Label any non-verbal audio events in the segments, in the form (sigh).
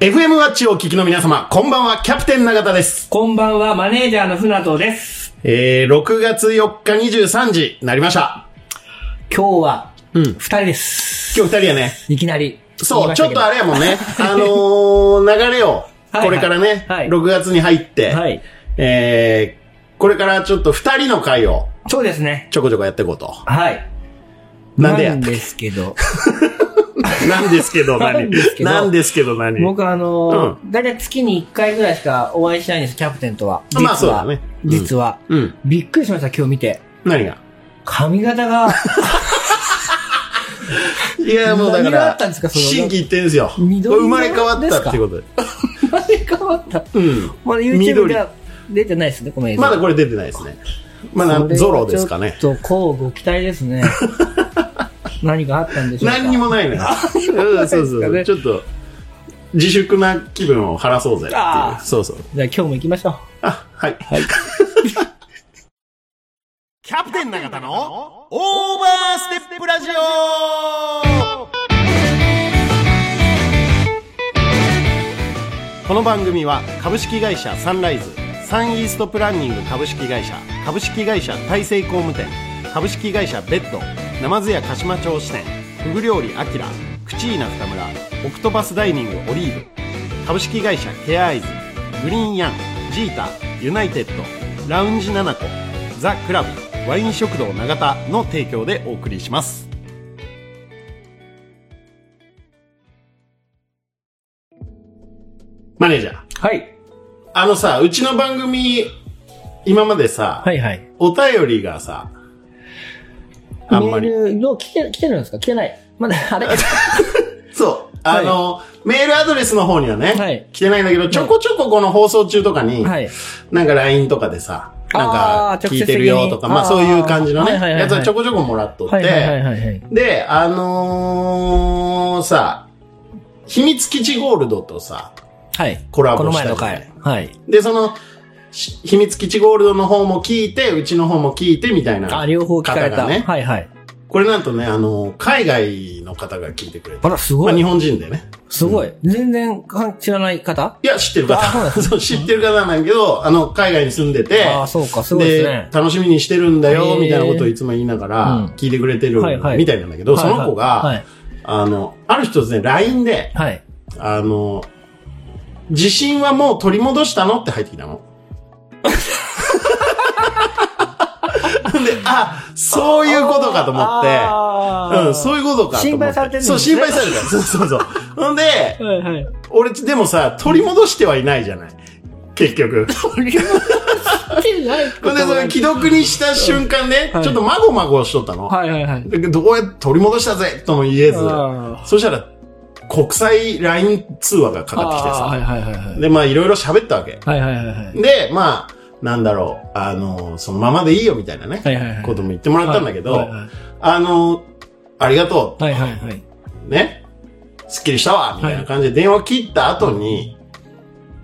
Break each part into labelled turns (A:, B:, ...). A: FM ワッチをお聞きの皆様、こんばんは、キャプテン永田です。
B: こんばんは、マネージャーの船戸です。
A: えー、6月4日23時、なりました。
B: 今日は、
A: うん
B: 二人です。
A: 今日二人やね。
B: いきなり。言い
A: そう、
B: ま
A: ち
B: し
A: ょっ
B: たけど
A: とあれやもん
B: (laughs)
A: ね。あのー、流れを、
B: はい
A: これからね、
B: はい
A: 6月に入って、
B: はい。
A: えー、これからちょっと二人の会を
B: そうですね。
A: ちょこちょこやっていこうと。
B: はい。
A: なんでやったっ
B: すけど。
A: け (laughs) なんですけど
B: (laughs) なんですけど
A: なんですけど何
B: (laughs) 僕あのー、だいたい月に1回ぐらいしかお会いしないんです、キャプテンとは。
A: まあ
B: 実は
A: そうだねうん
B: 実は。
A: うん。
B: びっくりしました、今日見て。
A: 何が
B: 髪型
A: (laughs)
B: が、
A: いや、もうだか
B: 何があ
A: ら
B: ったんです、かその
A: 新規一点ですよ。
B: 緑色
A: 生まれ変わったっていうことで。
B: なんで変わった
A: うん。
B: (laughs) まだ YouTube では出てないですね、この映像。
A: まだこれ出てないですね。ま
B: こ
A: だ
B: れは
A: ゾロですかね。
B: ちょっと、こうご期待で
A: (laughs)
B: すね。何があったんでしょうか。
A: 何にもないね。うん、そうそうそう。ちょっと、自粛な気分を晴らそうぜってい
B: あー
A: う。そうそう。
B: じゃあ今日も行きましょう。
A: あ、はい。
B: はい。
A: キャプテン永田のオーバーステップラジオこの番組は株式会社サンライズサンイーストプランニング株式会社株式会社大成工務店株式会社ベッドナマズ屋鹿島町支店ふぐ料理アキラクチーナ二村オクトパスダイニングオリーブ株式会社ケアアイズグリーンヤンジータユナイテッドラウンジナナコザ・クラブワイン食堂永田の提供でお送りしますマネージャー
B: はい。
A: あのさ、うちの番組、今までさ、
B: はいはい。
A: お便りがさ、あんまり
B: メ。ールの来て、来てるんですか来てない。まだ、 (laughs) あれ
A: そう。あの、メールアドレスの方にはね、
B: はい
A: 来てないんだけど、ちょこちょここの放送中とかに、
B: はい。
A: なんか LINE とかでさ、
B: あー
A: なんか
B: 直接的に
A: 聞いてるよとか、まあ
B: あー
A: そういう感じのね、
B: はいはいはいはい
A: やつはちょこちょこもらっとって、
B: はいはいはいはいはい。
A: で、あのー、さ、秘密基地ゴールドとさ、
B: はい。
A: コラ
B: この
A: ボし
B: 前
A: た
B: の
A: じゃない
B: 回。はい。
A: で、その、し秘密基地ゴールドの方も聞いて、うちの方も聞いて、みたいな。
B: あ、両方聞かれた。
A: 方がね。
B: はいはい。
A: これなんとね、あの、海外の方が聞いてくれて。
B: あら、すご
A: まあ、日
B: い。
A: 本人でね。
B: すごい。全然か知らない方
A: いや、知ってる
B: あそうなん
A: 方。
B: で
A: そう、知ってる方なんだけど、あの、海外に住んでて、
B: ああ、そうか、すごいですね。
A: 楽しみにしてるんだ
B: へ
A: よ、
B: ー
A: みたいなことをいつも言いなが
B: うん
A: ら、聞いてくれてる
B: はいはい
A: みたいなんだけど、その子
B: は
A: が、
B: い
A: あの、ある人ですね、LINE で、
B: はい。はい。
A: あの、自信はもう取り戻したのって入ってきたの。 (laughs) で、あ、そういうことかと思っ
B: あ
A: て、
B: ー
A: うん、そういうことかと思って。
B: 心配されてるんです
A: そ
B: ね
A: う、心配されてる。そうそうそう。ほん
B: (laughs)
A: で、
B: はいはい。
A: 俺、でもさ、取り戻してはいないじゃない。結
B: (laughs)
A: 局。
B: 取り戻してないこ
A: ほ
B: と
A: んで、そ
B: は
A: の既読にした瞬間ね、
B: はい
A: ちょっとまごまごしとったの。
B: はいはいはい。
A: だけどどうやって取り戻したぜとも言えず、
B: あ
A: そしたら、国際 LINE 通話がかかってきて
B: あーはい
A: さ。
B: はいはいはい。
A: で、まあ、いろいろ喋ったわけ。
B: はいはいはいはい。
A: で、まあ、なんだろう、あの、そのままでいいよみたいなね、
B: はいはいはい
A: ことも言ってもらったんだけど、
B: はいはい
A: あの、ありがと
B: はいはいはい。
A: う、ね、すっきりしたわ、みたいな感じで電話切った後に、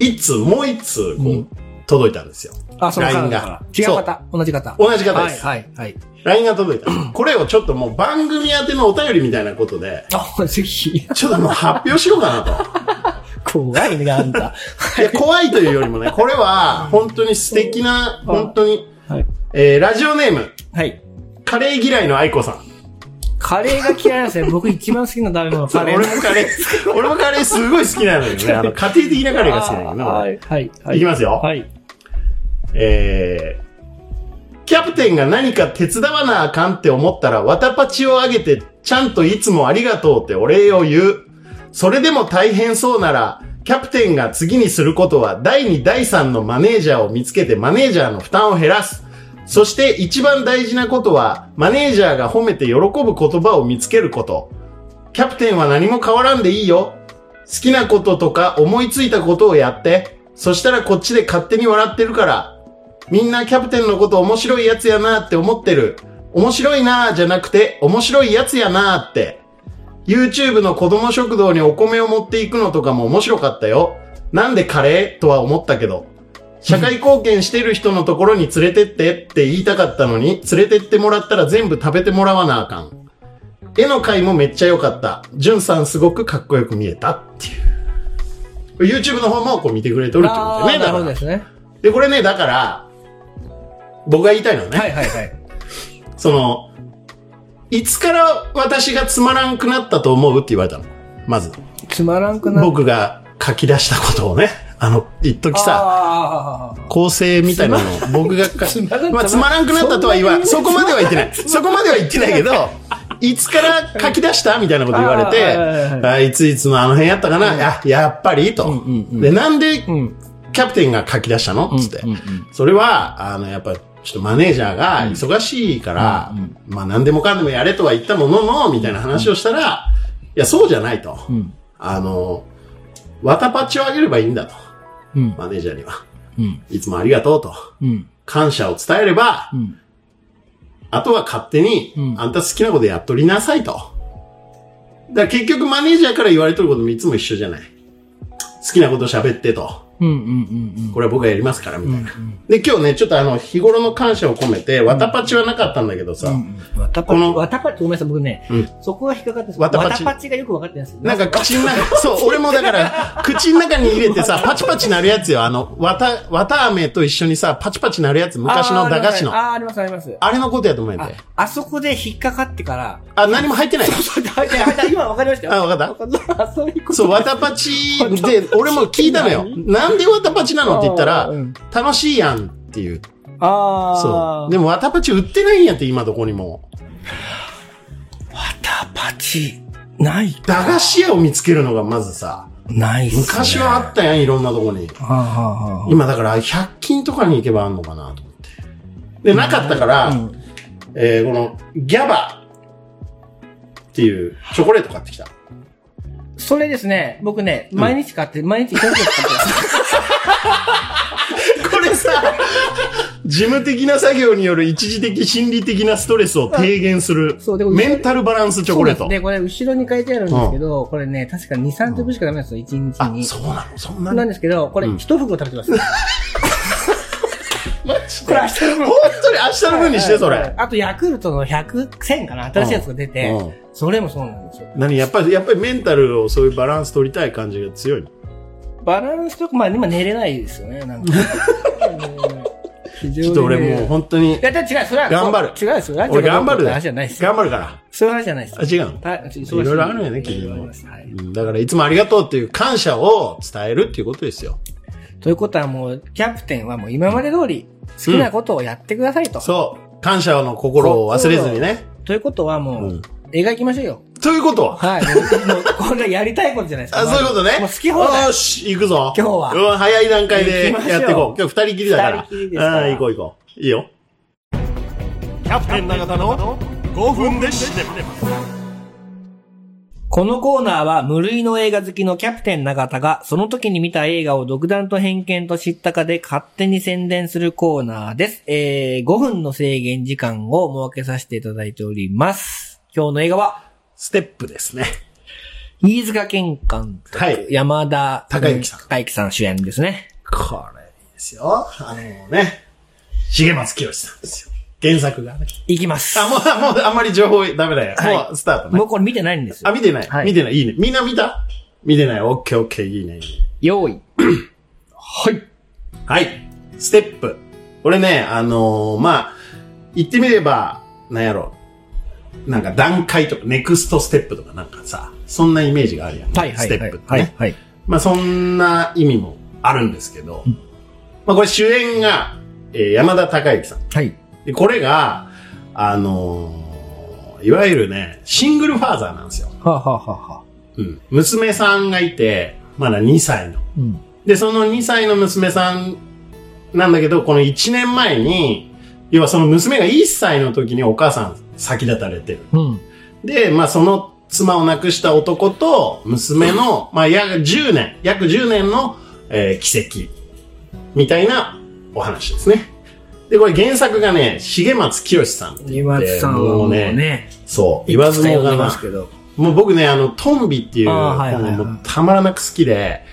A: 一通、もう一通、こう、
B: うん
A: 届いたんですよ。
B: あ、その方
A: LINE が
B: から違う方、同じ方。
A: 同じ方です。
B: はいはいはい。
A: LINE が届い
B: (clears throat)
A: た。これをちょっともう番組宛てのお便りみたいなことで、
B: あ、ぜひ。
A: ちょっともう発表しようか
B: (laughs)
A: な
B: 怖いね、あん
A: (laughs)
B: た。
A: と。いや、怖いというよりもね、これは、本当に素敵な、本当に、
B: はい。
A: えー、ラジオネーム、
B: はい。
A: カレー嫌いの愛子さん。
B: カレーが嫌いなんですね。僕一番好きな食べ物、カレー。
A: 俺もカレ
B: (laughs)
A: ー、俺もカレーすごい好きなのよね。あの、家庭的なカレーが好きなのよね。
B: は
A: 俺
B: いはいはい。
A: いきますよ
B: はい。
A: えー、キャプテンが何か手伝わなあかんって思ったら、わたパチをあげて、ちゃんといつもありがとうってお礼を言う。それでも大変そうなら、キャプテンが次にすることは、第2、第3のマネージャーを見つけて、マネージャーの負担を減らす。そして一番大事なことは、マネージャーが褒めて喜ぶ言葉を見つけること。キャプテンは何も変わらんでいいよ。好きなこととか思いついたことをやって、そしたらこっちで勝手に笑ってるから、みんなキャプテンのこと面白いやつやなーって思ってる。面白いなーじゃなくて、面白いやつやなーって。YouTube の子供食堂にお米を持っていくのとかも面白かったよ。なんでカレーとは思ったけど。社会貢献してる人のところに連れてってって言いたかったのに、連れてってもらったら全部食べてもらわなあかん。絵の回もめっちゃ良かった。じゅんさんすごくかっこよく見えたっていう。 YouTube の方もこう見てくれとるってことだ
B: ああ、
A: よね。
B: な
A: だか
B: るほどで
A: ら。
B: すね。
A: で、これね、だから、僕が言いたいのはね、
B: はいはいはい。
A: その、いつから私がつまらんくなったと思うって言われたの。まず、
B: つまらんくな
A: 僕が書き出したことをね、あの、一時さ、
B: あー
A: 構成みたいなのを僕がか
B: つまらんくなった
A: まあ、つまらんくなったとは言わん、そ
B: そんなに
A: こまでは言ってない。そこまでは言ってないけど、いつから書き出したみたいなこと言われ
B: あーはいはい
A: て、あいついつのあの辺やったかな、あやっぱりと、
B: んうんうん
A: で、なんで
B: ん
A: キャプテンが書き出したのつって、
B: うんうん
A: それは、あの、やっぱ、ちょっとマネージャーが忙しいから、まあ何でもかんでもやれとは言ったものの、みたいな話をしたら、いや、そうじゃないと。
B: ん
A: あの、ワタパッチをあげればいいんだと。
B: うん
A: マネージャーには。
B: うん
A: いつもありがとうと。
B: うん
A: 感謝を伝えれば、
B: ん
A: あとは勝手に、
B: ん
A: あんた好きなことやっとりなさいと。だから結局マネージャーから言われてることもいつも一緒じゃない。好きなこと喋ってと。
B: うんうんうん
A: これは僕がやりますから、みたいな。で、今日ね、ちょっとあの、日頃の感謝を込めて、わたぱちはなかったんだけどさ、
B: うん。わた
A: こ
B: ぱち、
A: の
B: わたぱち、ごめんなさい、僕ね、
A: うん
B: そこが引っかかってます
A: わ
B: わ
A: た
B: た
A: ぱち
B: ぱちがよく分かってないんですよ。
A: なんか口の中、 (laughs) そう、俺もだから、口の中に入れてさ、パチパチなるやつよ。あの、わた、わた飴と一緒にさ、パチパチなるやつ、昔の駄菓子の。あ
B: あー、ありますあります。あ
A: れのことやと思うん
B: あ
A: で。
B: あそこで引っかかってから、
A: あ、何も入ってない。
B: そうだ (laughs) いやいや今分かりましたよ。
A: あわか
B: った。あそういうこと。
A: そう、わたぱちで、俺も聞いたのよ。なんでわたぱちなのって言ったら
B: あーうん、
A: 楽しいやんっていう。
B: ああ。
A: そう。
B: で
A: でもわたぱち売ってないんやって、今どこにも。
B: わたぱち、ない、
A: 駄菓子屋を見つけるのがまずさ、
B: ないっすね
A: 昔はあったやん、いろんなとこに。
B: はあはあはあ
A: 今だから100均とかに行けばあんのかなと思って。で、なかったから、
B: うん
A: えーこのギャバっていうチョコレート買ってきた。
B: それですね、僕ね、毎日買って、毎日一つずつ買って (laughs) ます。
A: これさ、 (laughs) 事務的な作業による一時的心理的なストレスを低減する
B: そうでも
A: メンタルバランスチョコレート。
B: で、これ後ろに書いてあるんですけど、これね、確か2、3粒しかダメなんですよ、1日
A: あ、
B: に。
A: そうなのそんな
B: なん
A: に
B: ですけど、これ一袋食べてます。 (laughs) こ
A: マジで本当に
B: れ明日の分
A: 明日の分にして、それ。
B: あと、ヤクルトの100、1000かな新しいやつが出て
A: うんうん、
B: それもそうなんですよ。
A: 何やっぱり、やっぱりメンタルをそういうバランス取りたい感じが強いの。
B: バランスとか、まあ今寝れないですよね、なんか。非常
A: (laughs)
B: に
A: ちょっと俺もう本当に
B: い、や、だって違う、それは。
A: 頑張る
B: そう違うですよ。ラジオ
A: 俺頑張る
B: の
A: で。
B: 話じゃないですよ。
A: 頑張るから。
B: そういう話じゃないです
A: あ、。違うの
B: た忙し
A: いろいろあるよね、
B: い
A: 君
B: ろいろあり
A: も。
B: ますは
A: う
B: い
A: んだから、いつもありがとうっていう感謝を伝えるっていうことですよ。
B: ということはもう、キャプテンはもう今まで通り、好きなことをやってくださいと。
A: そう。感謝の心を忘れずにね。
B: ということはも
A: うん
B: う、描きましょうよ。
A: ということは。
B: はい。もう、もうこれやりたいことじゃないですか。
A: あ、そういうことね。
B: もう好き放
A: よ
B: 題。
A: し、行くぞ。
B: 今日は
A: うん、早い段階で
B: 行きましょう
A: やっていこう。今日二人きりだから。
B: 二人きりですから
A: うん行こう行こう。いいよ。キャプテン永田の5分で死ね
B: このコーナーは無類の映画好きのキャプテン永田が、その時に見た映画を独断と偏見と知ったかで勝手に宣伝するコーナーです。えー、5分の制限時間を設けさせていただいております。今日の映画は、
A: ステップですね。
B: 飯塚健監督、
A: はい
B: 山田
A: 孝之さん
B: 孝之さん主演ですね。
A: これ、いいですよ。あのね、重松清さんですよ。原作がね。
B: いきます。
A: あ、もう、あもう、あんまり情報ダメだよ。
B: はい
A: もう、スタートね。
B: もうこれ見てないんです
A: あ、
B: よ。
A: 見てない、
B: はい
A: 見てない。いいね。みんな見た見てない。オッケーオッケー。いいね。いいね
B: 用意。はい。
A: はい。ステップ。これね、あのーまあ、言ってみれば、なんやろ。なんか段階とか、ネクストステップとかなんかさ、そんなイメージがあるやん。
B: はい、は
A: ス
B: い、
A: テ
B: はい
A: ップ。って
B: は
A: ね。
B: い、はい。
A: まあ、そんな意味もあるんですけど、まあ、これ主演が、えー山田孝之さん。
B: はい。
A: で、これが、あのーいわゆるね、シングルファーザーなんですよ。
B: はあ、はあはあはあ、
A: うん。娘さんがいて、まだ2歳の。
B: うん。
A: で、その2歳の娘さんなんだけど、この1年前に、要はその娘が1歳の時にお母さん先立たれてる。
B: うん。
A: で、まあその妻を亡くした男と娘の、まあ約10年、約10年の、えー奇跡、みたいなお話ですね。で、これ原作がね、重松清さんって言って。
B: 岩津さんはもうね、
A: そう、言わずもがな
B: いくつか。読んでますけど。
A: もう僕ね、あの、トンビっていう
B: あーはいはいはい
A: 本がもうたまらなく好きで、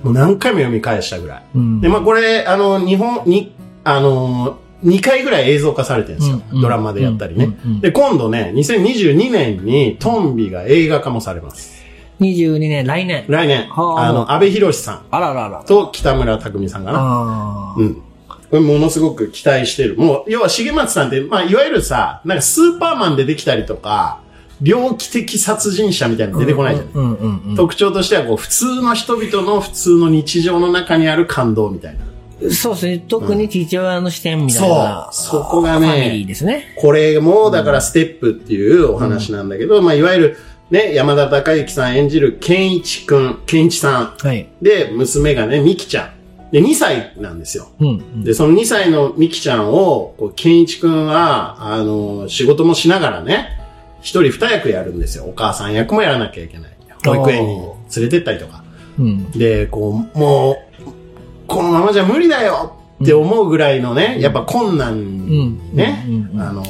A: もう何回も読み返したぐらい。
B: うん
A: で、まあこれ、あの、日本、に、あの、2回ぐらい映像化されてるんですよ。
B: うんうん
A: ドラマでやったりね
B: うんうんう。ん
A: で、今度ね、2022年にトンビが映画化もされます。
B: 22年、来年。
A: 来年、
B: はあ
A: あの、安倍博さん
B: あらららら。
A: と北村匠海さんかな。
B: ああ。
A: うん。これものすごく期待してる。もう、要は重松さんって、まあ、いわゆるさ、なんかスーパーマンでできたりとか、猟奇的殺人者みたいなの出てこないじゃん。
B: うんうんうん
A: 特徴としては、こう、普通の人々の普通の日常の中にある感動みたいな。
B: うん。そうですね。特に父親の視点みたいな。
A: そうそこがね
B: ファミリーですね。
A: これも、だから、ステップっていうお話なんだけど、まあ、いわゆる、ね、山田孝之さん演じる健一くん、健一さん。
B: はい。
A: で、娘がね、美希ちゃん。で、2歳なんですよ。
B: うんうん。
A: で、その2歳のミキちゃんを、こう、ケンイチくんは、あの、仕事もしながらね、一人二役やるんですよ。お母さん役もやらなきゃいけない。保育園に連れてったりとか。
B: うん。
A: で、こう、もう、このままじゃ無理だよって思うぐらいのね、やっぱ困難にね、
B: うんうんうん
A: あの、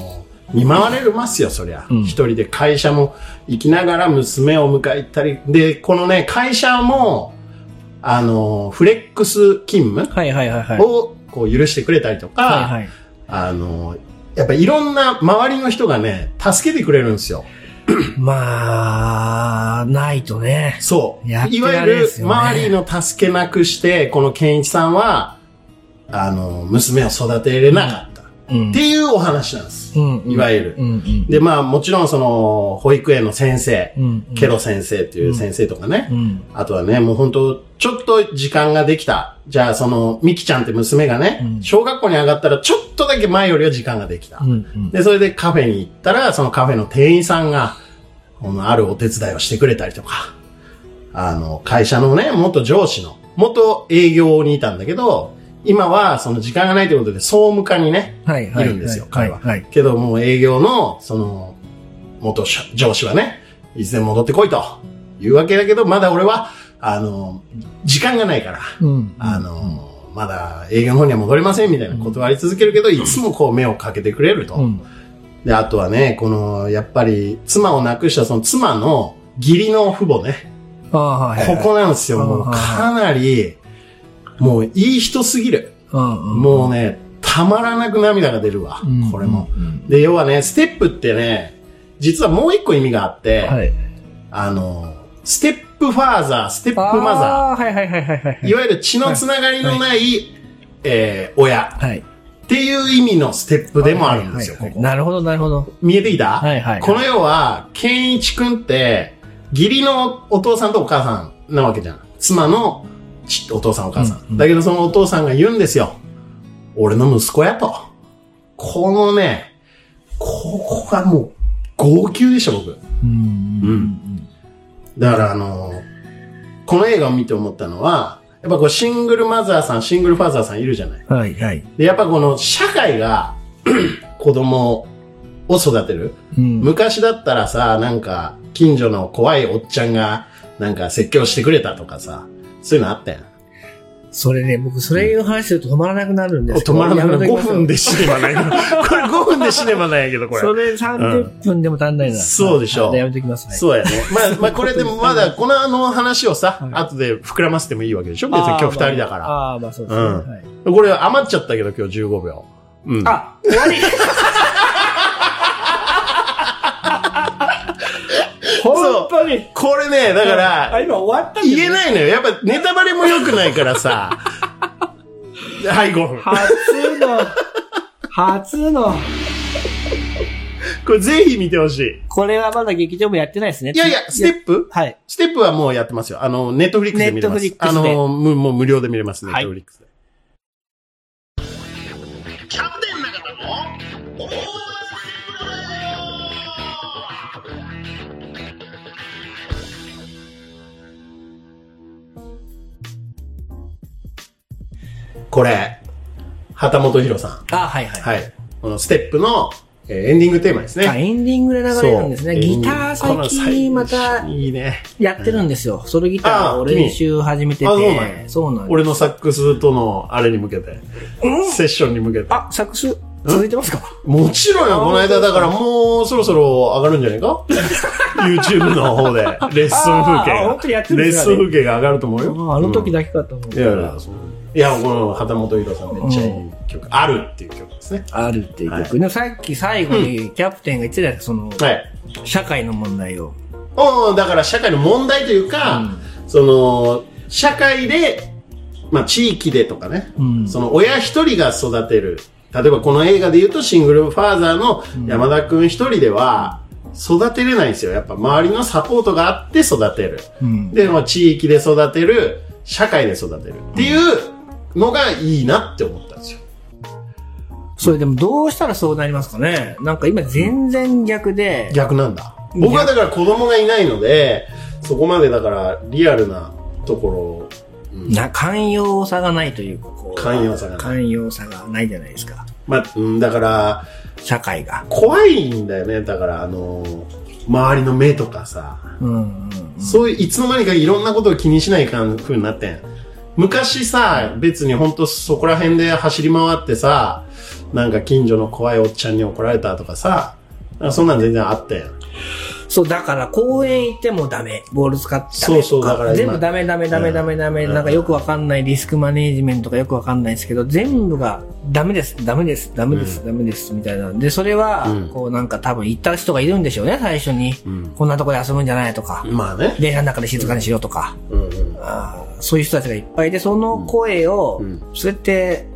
A: 見舞われますよ、そりゃ。
B: うん
A: 一人で会社も行きながら娘を迎え行ったり。で、このね、会社も、あの、フレックス勤務
B: はいはいはいはい。
A: をこう許してくれたりとか、
B: はいはい。
A: あの、やっぱいろんな周りの人がね、助けてくれるんですよ。
B: まあ、ないとね。
A: そう。
B: やって
A: いわ
B: ら
A: ゆ
B: れるっ
A: る
B: すよね
A: 周りの助けなくして、この健一さんは、あの、娘を育てれなかった。っ
B: うん
A: て。いうお話なんです。
B: うんうん
A: いわゆる。
B: うんうん。
A: で、まあもちろんその、保育園の先生、
B: うんうん
A: ケロ先生っていう先生とかね、
B: うん。
A: あとはね、もう本当ちょっと時間ができた。じゃあ、その、ミキちゃんって娘がね、
B: うん
A: 小学校に上がったら、ちょっとだけ前よりは時間ができた。
B: うんうん。
A: で、それでカフェに行ったら、そのカフェの店員さんが、このあるお手伝いをしてくれたりとか、あの、会社のね、元上司の、元営業にいたんだけど、今はその時間がないということで、総務課にね、
B: はい
A: い
B: はい。
A: るんですよ、
B: は
A: 彼
B: いは
A: は。
B: いはい。
A: けどもう営業の、その、元社上司はね、いつでも戻ってこいと、いうわけだけど、まだ俺は、あの、時間がないから、
B: うん。
A: あの、まだ営業の方には戻れませんみたいな断り続けるけど、いつもこう目をかけてくれると。
B: うん。
A: で、あとはね、この、やっぱり、妻を亡くしたその妻の義理の父母ね。
B: ああ、はいはい
A: こ
B: はい。
A: こなんですよ。もう
B: はい
A: かなり、もういい人すぎる。
B: うんうん。
A: もうね、たまらなく涙が出るわ。
B: うん
A: これも。。
B: うん
A: で、要はね、ステップってね、実はもう一個意味があって、
B: はい。
A: あの、ステップファーザー、ステップマザ
B: ああ、はいはいはいはいはい。
A: ー、いわゆる血のつながりのない、えー親
B: はい。
A: っていう意味のステップでもあるんですよ、
B: はいはいはい
A: ここ。
B: なるほど、なるほど。
A: 見えてきた
B: はいはい。
A: この世は、健一くんって、義理のお父さんとお母さんなわけじゃん。妻のちお父さんお母さん。
B: うんうん
A: だけどそのお父さんが言うんですよ。俺の息子やと。このね、ここがもう、号泣でした、僕。
B: うんうんうん
A: だからあの、この映画を見て思ったのは、やっぱこうシングルマザーさん、シングルファーザーさんいるじゃない。
B: うん。はいはい。
A: で、やっぱこの社会が (clears throat) 子供を育てる。
B: うん。
A: 昔だったらさ、なんか、近所の怖いおっちゃんが、なんか説教してくれたとかさ、そういうのあったやん。
B: それね、僕、それの話すると止まらなくなるんですけ
A: 止
B: ど
A: まらなくなる。
B: やめ
A: 5
B: ときます
A: 分で死ねばないの。 (laughs) これ5分で死ねばないやけど、これ。
B: それ30分でも足んないな。
A: うんそうでしょう
B: はいやめときます。はい
A: そうやね。まあ、まあ、これでもまだ、このあの話をさ、後で膨らませてもいいわけでしょ別に今日2人だか
B: あーまああー、まあそうです
A: う
B: ね。
A: ん
B: はい
A: ら。これ余っちゃったけど、今日15秒。うん。
B: あ、終わり本当に。
A: これね、だから、
B: あ、今終わったんですね
A: 言えないのよ。やっぱネタバレも良くないから (laughs) さ。はい、5分。
B: 初の、初の、
A: これぜひ見てほしい。
B: これはまだ劇場もやってないですね。
A: いやいや、ステップ
B: はい。
A: ステップはもうやってますよ。あの、ネットフリックスで見れます。
B: Netflix で
A: あの、むもう無料で見れます、ネ
B: は
A: ッ
B: い
A: トフリックスで。キャプテン中田のこれ、旗本博さん。
B: あ、はいはい。
A: はい。このステップの、えーエンディングテーマです
B: あ
A: ね。
B: エンディングで流れるんですね。
A: そう
B: ギター最近また
A: いいね。
B: やってるんですよ。ソロギターを
A: あ君
B: 練習始めてて。
A: あそうなんや
B: そうなんです。
A: 俺のサックスとのあれに向けて、セッションに向けて。
B: あ、サックス続いてますか
A: もちろんよ、この間だからもうそろそろ上がるんじゃない
B: (laughs)
A: か ?YouTube の方で、レッスン風景
B: あーあ
A: が。
B: 本当にやってるん
A: レ
B: で
A: ッ
B: す
A: ス
B: ね
A: ン風景が上がると思うよ。
B: ああの時だけかと思
A: う
B: う。
A: んいやいや、そういや、この旗本博さんめっちゃいい曲。あるっていう曲ですね。
B: あるっていう曲。でもさっき最後にキャプテンが言ってたやつその、
A: はい。
B: 社会の問題を
A: うん、だから社会の問題というか、その、社会で、まあ地域でとかね、
B: うん
A: その親一人が育てる。例えばこの映画で言うとシングルファーザーの山田くん一人では育てれないんですよ。やっぱ周りのサポートがあって育てる。
B: うん。
A: で、まあ地域で育てる、社会で育てるっていうのがいいなって思ったんですよ。
B: それでもどうしたらそうなりますかねなんか今全然逆で、
A: 逆なんだ。僕はだから子供がいないので、そこまでだからリアルなところを
B: な寛容さがないというか、こう
A: 寛容さがない
B: 寛容さがないじゃないですか。
A: まあ、うん、だから、
B: 社会が。
A: 怖いんだよね。だから、あの周りの目とかさ、
B: うんうん、
A: そういう、いつの間にかいろんなことを気にしないかん風になってん。昔さ、別にほんとそこら辺で走り回ってさ、なんか近所の怖いおっちゃんに怒られたとかさ、なんかそんなん全然あったやん。
B: そう、だから公園行ってもダメ。ボール使っちゃダ
A: そ
B: メ
A: うそう
B: と
A: だから今
B: 全部ダメダメダメダメダメ、
A: うん
B: なんかよくわかんないリスクマネージメントがよくわかんないですけど、全部がダメです、ダメです、ダメです、ダメです、みたいな。で、それは、
A: うん
B: こうなんか多分行った人がいるんでしょうね、最初に。
A: うん。
B: こんなとこで遊ぶんじゃないとか、
A: まあね。
B: 電車の中で静かにしろとか、
A: うんうん。
B: あーそういう人たちがいっぱいで、その声を、
A: うん
B: それって、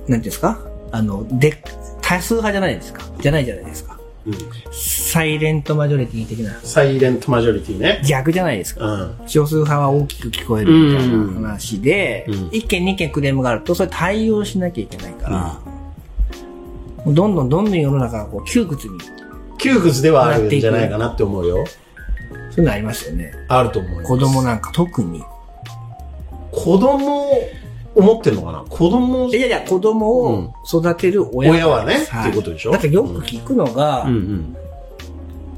B: なんていうんですかあの、で、多数派じゃないですかじゃないじゃないですか。
A: うん。
B: サイレントマジョリティ的な。
A: サイレントマジョリティね。
B: 逆じゃないですか。
A: うん。
B: 少数派は大きく聞こえるみたいな
A: うん
B: 話で、
A: うん
B: 一件二件クレームがあると、それ対応しなきゃいけないから、もうどんどんどんどん世の中がこう窮屈に、
A: 窮屈ではあるんじゃないかなって思うよ。
B: そういうのありますよね。
A: あると思います。
B: 子供なんか特に。
A: 子供を思ってるのかな子供を
B: いやいや、子供を育てる親,、
A: 親はね、っていうことでしょ
B: だってよく聞くのが、
A: うんうん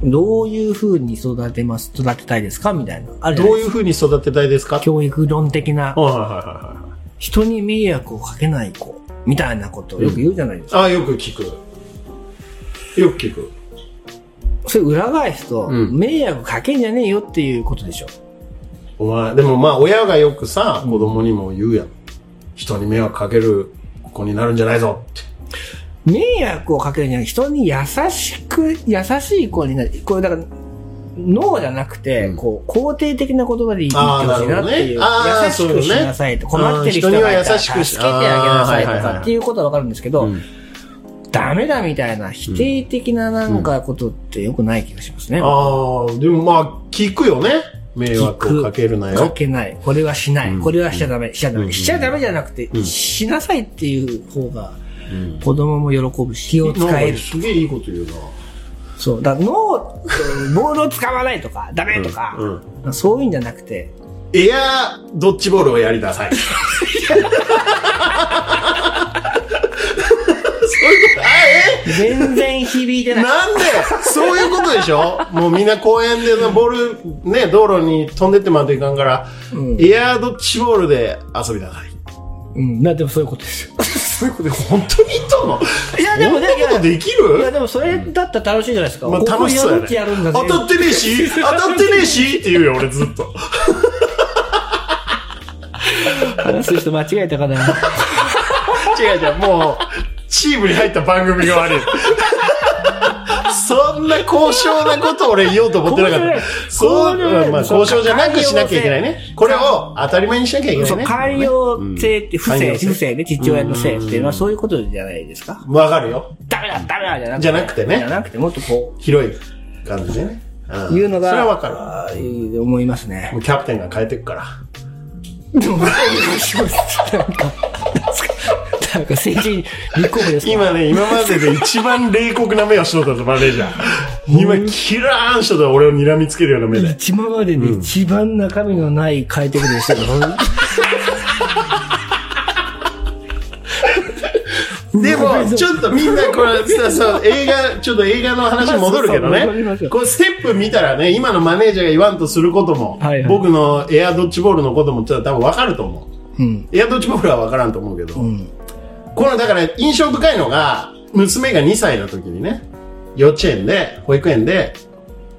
B: どういう風に育てます、育てたいですかみたいな。あるじゃ
A: ど
B: な
A: う
B: い
A: いう
B: ですか
A: ふうに育てたいですか
B: 教育論的な、
A: はいはいはいはい。
B: 人に迷惑をかけない子、みたいなことをよく言うじゃないですか。
A: ああ、よく聞く。よく聞く。
B: それ裏返すと、
A: うん
B: 迷惑かけんじゃねえよっていうことでしょ。
A: お前、でもまあ親がよくさ、子供にも言うやん。人に迷惑かける子になるんじゃないぞって。
B: 迷惑をかけるんじゃなく人に優しく、優しい子になる。これだから、脳じゃなくて、
A: うん
B: こう、肯定的な言葉で言って
A: あー
B: ほしいなっていう。
A: なるほどねあー
B: 優しくしなさいと。
A: そうね
B: 困ってる人がいた
A: うん人には
B: ら
A: 優し
B: 助け
A: くして
B: あげなさいと
A: あーはいはいはい
B: かっていうことはわかるんですけど、
A: うん
B: ダメだみたいな否定的ななんかことってよくない気がしますね。
A: ああ、でもまあ聞くよね。迷惑をかけるな
B: か
A: よ。
B: けない。これはしない。
A: うん
B: これはしちゃダメ。しちゃダ
A: うん
B: メ。しちゃダメじゃなくて、
A: ん
B: しなさいっていう方が
A: うん
B: 子供も喜ぶし、気を使え
A: なん
B: る
A: か。すげえいいこと言うな。
B: そう。だから脳、ボールを使わないとか、ダメとか、
A: うん
B: そういうんじゃなくて、
A: エアードッジボールをやりなさい。そういうこと、あ、え
B: 全然響いてな
A: (laughs)
B: い。
A: なんでそういうことでしょもうみんな公園でのボール、ね、道路に飛んでってまうといかんから、
B: うん
A: エアードッジボールで遊びなさい。
B: うん。な、でもそういうこと
A: (laughs)
B: ですよ。そういうことです。
A: 本当に言ったの
B: いやでもね
A: そんなことでき
B: いや、
A: る
B: でもそれだったら楽しいじゃないですか。
A: まあ
B: ここ
A: 楽しそうや
B: やるってやるん
A: ね。
B: だぜ
A: 当たってねえ
B: (laughs)
A: し、当たってねえしって言うよ、俺ずっと。
B: 話す人間違えたかな。
A: 違う違う、もう、チームに入った番組が悪い。そんな高尚なことを俺言おうと思ってなかっ
B: 高尚じゃない
A: た。そう、
B: 高尚じゃない
A: うんまあ、交渉じゃなく
B: そう
A: しなきゃいけないね。これを当たり前にしなきゃいけない
B: そう、
A: ね。
B: 寛容性って、不
A: 寛
B: 正、
A: 容性
B: 不正ね、父親の性っていうのはそういうことじゃないですか。
A: わかるよ。
B: ダメだ、ダメだ、じゃなく
A: じゃなくて
B: て。
A: ね
B: じゃなくて、もっとこ
A: 広い感じでね。
B: う、いうのが、
A: それはわか
B: あーいう思いますね
A: る。も。うキャプテンが変えてくから。
B: でも、なんか、なんか政治に立候補ですか
A: 今ね、今までで一番冷酷な目をしとったぞ、マネージ
B: (laughs)
A: ャー。今、キラーンしとった俺を睨みつけるような目で。
B: 今までで一番中身のない変えてくでしたから、
A: で
B: (laughs)
A: も、ちょっとみんなこれ、さ、そう、映画、ちょっと映画の話に戻るけど
B: (laughs) まあそうそう戻りましょ
A: ね。
B: う
A: こう、ステップ見たらね、今のマネージャーが言わんとすることも、
B: はいはい
A: 僕のエアドッジボールのことも、ちょっと多分わかると思う。
B: うん。
A: エアドッジボールはわからんと思うけど、
B: うん。
A: この、だから、印象深いのが、娘が2歳の時にね、幼稚園で、保育園で、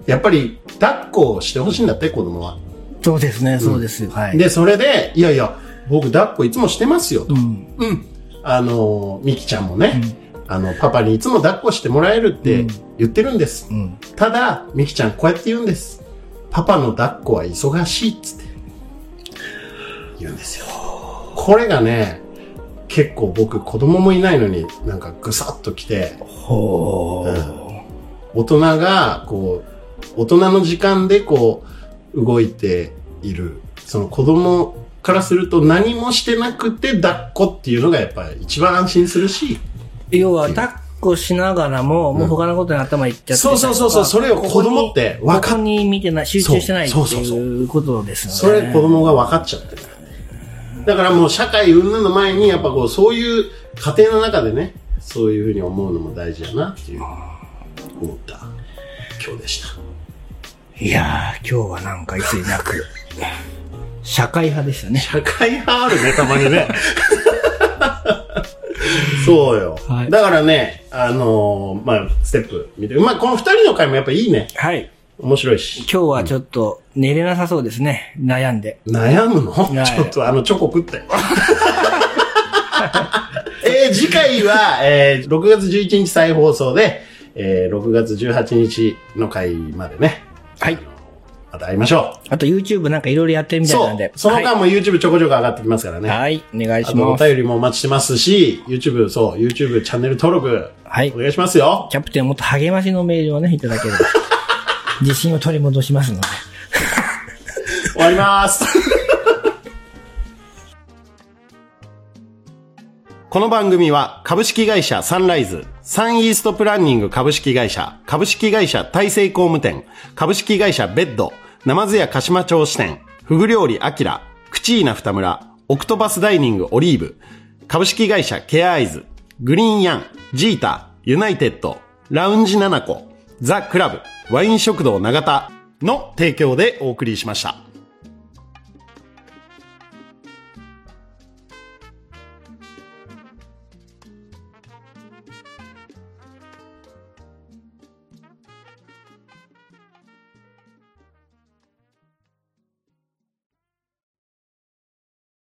A: やっぱり、抱っこをしてほしいんだって、子供は。
B: そうですね、そうです。はい。
A: で、それで、いやいや、僕抱っこいつもしてますよと。
B: うん。
A: うん。あの、ミキちゃんもね、あの、パパにいつも抱っこしてもらえるって言ってるんです。
B: うん。
A: ただ、ミキちゃんこうやって言うんです。パパの抱っこは忙しいっつって言うんですよ。これがね、結構僕子供もいないのになんかぐさっときて、
B: ほ
A: 大人がこう、大人の時間でこう、動いている。その子供からすると何もしてなくて抱っこっていうのがやっぱり一番安心するし、
B: 要は、抱っこしながらも、もう他のことに頭いっちゃって、
A: そうそうそうそうそれを子供って分かっ
B: 分かに見てない、集中してないって
A: そうそうそうそう
B: いうことですよね。
A: それ子供が分かっちゃってる。だからもう社会云々の前に、やっぱこう、そういう家庭の中でね、そういうふうに思うのも大事だなっていう、思った今日でした。
B: いやー、今日はなんかいつになく、社会派でしたね。
A: 社会派あるね、たまにね。そうよ、
B: はい
A: だからね、あのーまあ、ステップ見て、まあ、この二人の回もやっぱいいね。
B: はい。
A: 面白いし。
B: 今日はちょっと寝れなさそうですね。悩んで。
A: 悩むの
B: い
A: ちょっとあのチョコ食って。 (laughs) えー次回は、えー6月11日再放送で、えー6月18日の回までね。
B: はい
A: あの。また会いましょ
B: あと YouTube なんかいろいろやって
A: う。
B: るみたい
A: そ
B: なん
A: う
B: で。。
A: その間も YouTube ちょこちょこ上がってきますからね。
B: はい。はい。お願い
A: あ
B: し
A: とお
B: ます。
A: 便りもお待ちしてますし、YouTube、そう、YouTube チャンネル登録、
B: はい
A: お。願いしますよ。
B: キャプテンもっと励ましのメールをね、いただけれ
A: (laughs)
B: ば。自信を取り戻しますので。
A: 終わります。 (laughs) この番組は株式会社サンライズ、サンイーストプランニング株式会社、株式会社大成工務店、株式会社ベッド、ナマズ屋鹿島町支店、フグ料理アキラ、クチーナ二村、オクトパスダイニングオリーブ、株式会社ケアアイズ、グリーンヤン、ジータ、ユナイテッド、ラウンジナナコ、ザ・クラブ、ワイン食堂永田の提供でお送りしました。